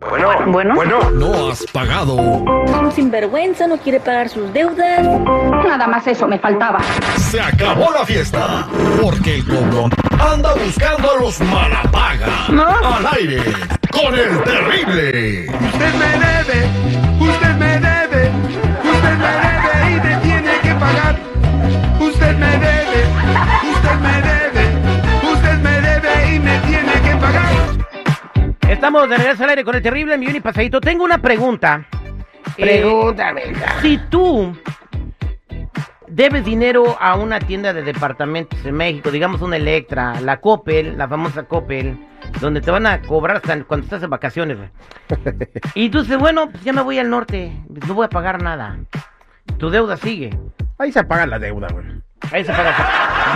Bueno, bueno, bueno. No has pagado. Es un sinvergüenza, no quiere pagar sus deudas. Nada más eso me faltaba. Se acabó la fiesta. Porque el cobrón anda buscando a los malapaga. ¿No? Al aire. Con el terrible. Usted me debe, usted me debe, usted me debe y me tiene que pagar. Usted me debe, usted me debe, usted me debe y me tiene que pagar. Estamos de regreso al aire con el terrible millón y pasadito. Tengo una pregunta. Pregúntame. Eh, si tú debes dinero a una tienda de departamentos en México, digamos una Electra, la Coppel, la famosa Coppel, donde te van a cobrar hasta cuando estás de vacaciones. güey. Y tú dices, bueno, pues ya me voy al norte, pues no voy a pagar nada. Tu deuda sigue. Ahí se apaga la deuda, güey. Ahí se paga.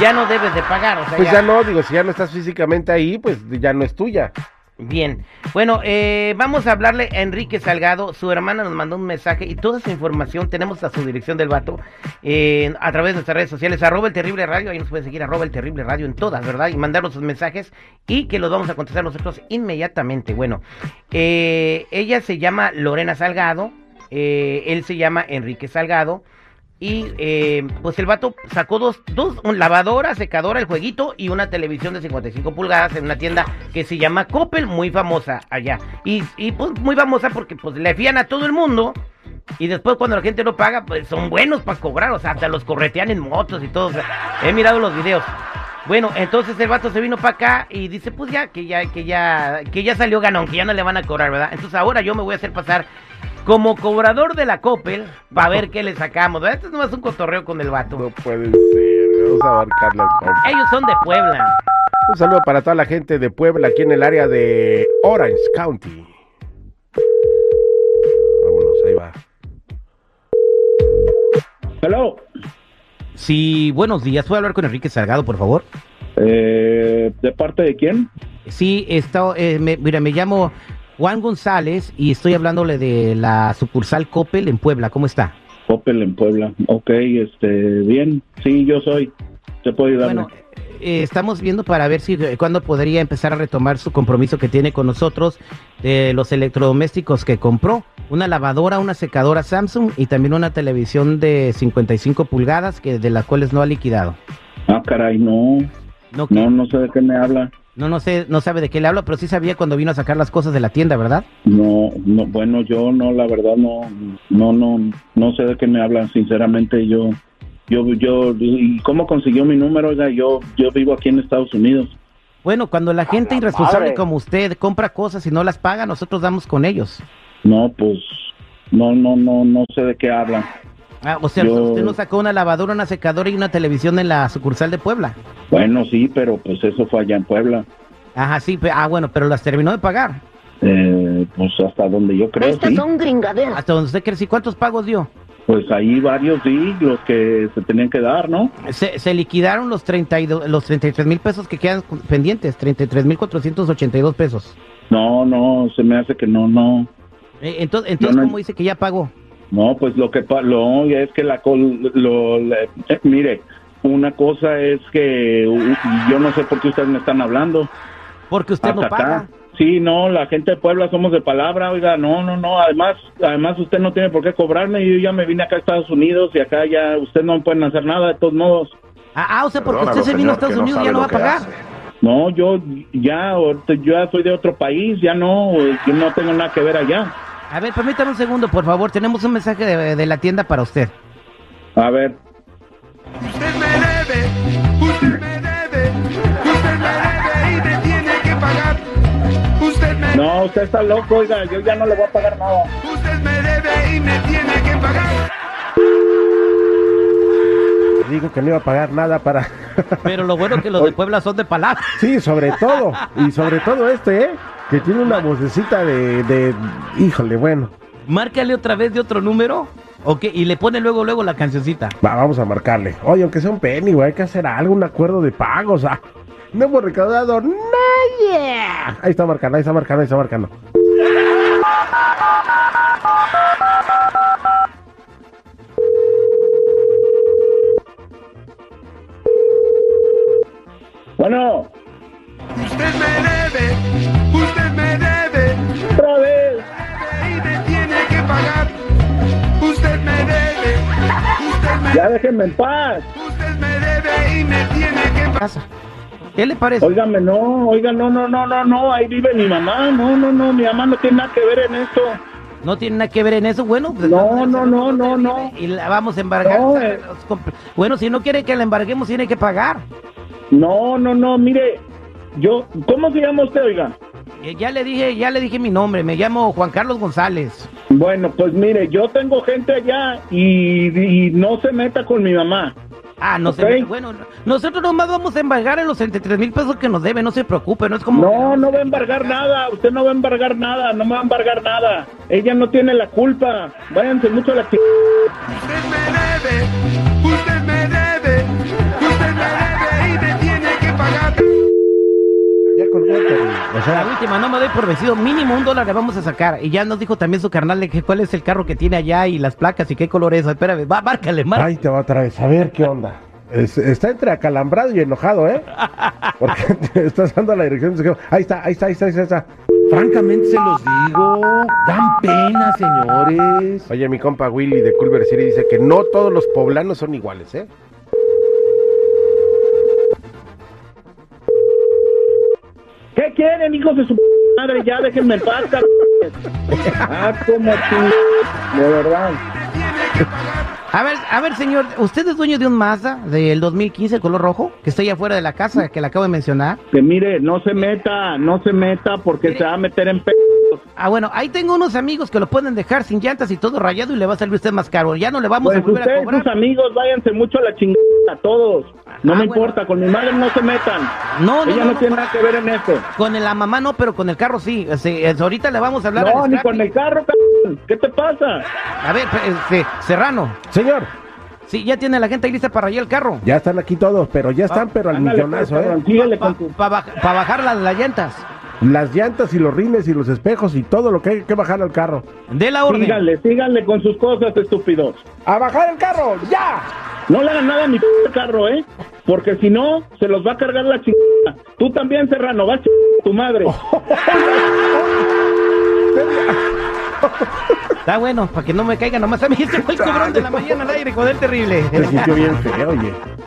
Ya no debes de pagar. O sea, Pues ya- ya no, digo, si ya no estás físicamente ahí, pues ya no es tuya. Bien, bueno, eh, vamos a hablarle a Enrique Salgado. Su hermana nos mandó un mensaje y toda su información tenemos a su dirección del vato eh, a través de nuestras redes sociales. Arroba el terrible radio, ahí nos pueden seguir, arroba el terrible radio en todas, ¿verdad? Y mandarnos sus mensajes y que los vamos a contestar nosotros inmediatamente. Bueno, eh, ella se llama Lorena Salgado, eh, él se llama Enrique Salgado. Y eh, pues el vato sacó dos, dos, un lavadora, secadora, el jueguito y una televisión de 55 pulgadas en una tienda que se llama Coppel, muy famosa allá. Y, y, pues muy famosa porque pues le fían a todo el mundo y después cuando la gente no paga, pues son buenos para cobrar, o sea, hasta los corretean en motos y todo. o sea, he mirado los videos. Bueno, entonces el vato se vino para acá y dice, pues ya, que ya, que ya, que ya salió ganón, que ya no le van a cobrar, ¿verdad? Entonces ahora yo me voy a hacer pasar como cobrador de la Coppel para ver qué le sacamos, ¿verdad? Esto es nomás un cotorreo con el vato. No puede ser. Vamos a abarcarlo con. Ellos son de Puebla. Un saludo para toda la gente de Puebla, aquí en el área de Orange County. Vámonos, ahí va. Hello. Sí, buenos días. ¿Puedo hablar con Enrique Salgado, por favor? Eh, ¿De parte de quién? Sí, está, eh, me- mira, me llamo Juan González y estoy hablándole de la sucursal Coppel en Puebla. ¿Cómo está? Opel en Puebla. Ok, este, bien. Sí, yo soy. ¿Te puedo ayudarme? Bueno, eh, estamos viendo para ver si eh, cuándo podría empezar a retomar su compromiso que tiene con nosotros de los electrodomésticos que compró. Una lavadora, una secadora Samsung y también una televisión de 55 pulgadas que de las cuales no ha liquidado. Ah, caray, no. No, que- No, no sé de qué me habla. no, no sé, no sabe de qué le hablo, pero sí sabía cuando vino a sacar las cosas de la tienda, ¿verdad? No, no, bueno, yo no, la verdad, no, no, no, no sé de qué me hablan, sinceramente, yo, yo, yo, ¿y cómo consiguió mi número? Oiga, yo, yo vivo aquí en Estados Unidos. Bueno, cuando la gente la irresponsable madre. como usted compra cosas y no las paga, nosotros damos con ellos. No, pues, no, no, no, no sé de qué hablan. Ah, o sea, Yo- usted nos sacó una lavadora, una secadora y una televisión en la sucursal de Puebla. Bueno, sí, pero pues eso fue allá en Puebla. Ajá, sí, pe- ah, bueno, pero las terminó de pagar. Eh, pues hasta donde yo creo, Estas sí. son gringaderas. Hasta donde usted cree, sí, ¿cuántos pagos dio? Pues ahí varios sí, los que se tenían que dar, ¿no? Se, se liquidaron los 32, los 33 mil pesos que quedan cu- pendientes, 33 mil 482 pesos. No, no, se me hace que no, no. Eh, entonces, entonces no- ¿cómo dice que ya pagó? No, pues lo que pa- lo es que la col- lo, la- eh, mire, una cosa es que u- yo no sé por qué ustedes me están hablando. Porque Ah, usted no hasta paga. acá. Sí, no, la gente de Puebla somos de palabra, oiga, no, no, no, además, además usted no tiene por qué cobrarme, yo ya me vine acá a Estados Unidos y acá ya usted no pueden hacer nada de todos modos. Ah, ah, o sea, porque Perdónalo, usted se vino a señor, que Estados Unidos y sabe ya no va a lo que pagar. hace. No, yo ya ahorita- yo ya soy de otro país, ya no, yo no tengo nada que ver allá. A ver, permítame un segundo, por favor. Tenemos un mensaje de, de la tienda para usted. A ver, Usted me debe, usted me debe, usted me debe y me tiene que pagar. Usted me, no, usted está loco, oiga, yo ya no le voy a pagar nada. usted me debe y me tiene que pagar. Le Dijo que no iba a pagar nada para. Pero lo bueno que los de Puebla son de palabra. Sí, sobre todo. Y sobre todo este, ¿eh? Que tiene una vocecita de. de... Híjole, bueno. Márcale otra vez de otro número. Ok, y le pone luego, luego la cancioncita. Va, vamos a marcarle. Oye, aunque sea un penny, güey, hay que hacer algo, un acuerdo de pagos. ah. No hemos recaudado nada. Ahí está marcando, ahí está marcando, ahí está marcando. Bueno, Usted me debe, usted me debe, otra vez. Ya déjenme en paz. Usted me debe y me tiene que pagar. Pasa. ¿Qué le parece? Óigame, no, oiga, no, no, no, no, no, ahí vive mi mamá, no, no, no, mi mamá no tiene nada que ver en esto. No tiene nada que ver en eso. Bueno, pues, No, entonces, no, el no, otro no, vive Y la vamos a embargar. No, Saca eh. los comp- Bueno, si no quiere que la embarguemos, tiene que pagar. No, no, no, mire, yo, ¿cómo se llama usted, oiga? Eh, Ya le dije, ya le dije mi nombre. Me llamo Juan Carlos González. Bueno, pues mire, yo tengo gente allá y, y no se meta con mi mamá. Ah, no Ok. sé. Bueno, no- nosotros nomás vamos a embargar en los 33 mil pesos que nos debe. No se preocupe, no es como. No, no va a embargar nada, usted no va a embargar nada, no me va a embargar nada. Ella no tiene la culpa, váyanse mucho a la ch... Usted me debe, usted me debe, usted me debe y me tiene que pagar. Ya colgó el perro. O La sea, última, no me doy por vencido. Mínimo un dólar le vamos a sacar. Y ya nos dijo también su carnal de que cuál es el carro que tiene allá y las placas y qué color es. Espérame, va, márcale, márcale. ahí te va otra vez. A ver qué onda. Es- está entre acalambrado y enojado, ¿eh? Porque te estás dando la dirección. de su jefe. Ahí está, ahí está, ahí está, ahí está, ahí está. Francamente se los digo, dan pena, señores. Oye, mi compa Willy de Culver City dice que no todos los poblanos son iguales, ¿eh? ¿Qué quieren, hijos de su p- madre? Ya déjenme en paz, cabrón. Ah, como tú. De verdad. A ver, a ver, señor, ¿usted es dueño de un Mazda del 2015 color rojo que está allá afuera de la casa que le acabo de mencionar? Que mire, no se meta, no se meta porque se va a meter en p... Ah, bueno, ahí tengo unos amigos que lo pueden dejar sin llantas y todo rayado y le va a salir usted más caro. Ya no le vamos Pues a volver ustedes, a cobrar. sus amigos, váyanse mucho a la chingada, todos. No Ah, me bueno. importa, con mi madre no se metan. No, no, Ella no, no, no, tiene para- nada que ver en esto. Con el- la mamá no, pero con el carro sí. Este, es- ahorita le vamos a hablar. No, al ni Scrappy. con el carro, cabrón. ¿Qué te pasa? A ver, este, Serrano. Señor, Sí, ya tiene la gente ahí lista para rayar el carro. ya están aquí todos, pero ya Ah, están, pero al Ándale, millonazo, pues, ¿eh? cabrón, síguele Para con tu- bajar las, las llantas. Las llantas y los rines y los espejos y todo lo que hay que bajar al carro. De la orden. Síganle, síganle con sus cosas, estúpidos. ¡A bajar el carro! ¡Ya! No le hagan nada a mi p carro, ¿eh? Porque si no, se los va a cargar la chingada. Tú también, Serrano, vas a chingar a tu madre. Está Pues bueno, para que no me caiga nomás a mí. Este fue el cobrón de la mañana al aire con el terrible. Se sintió bien feo, oye.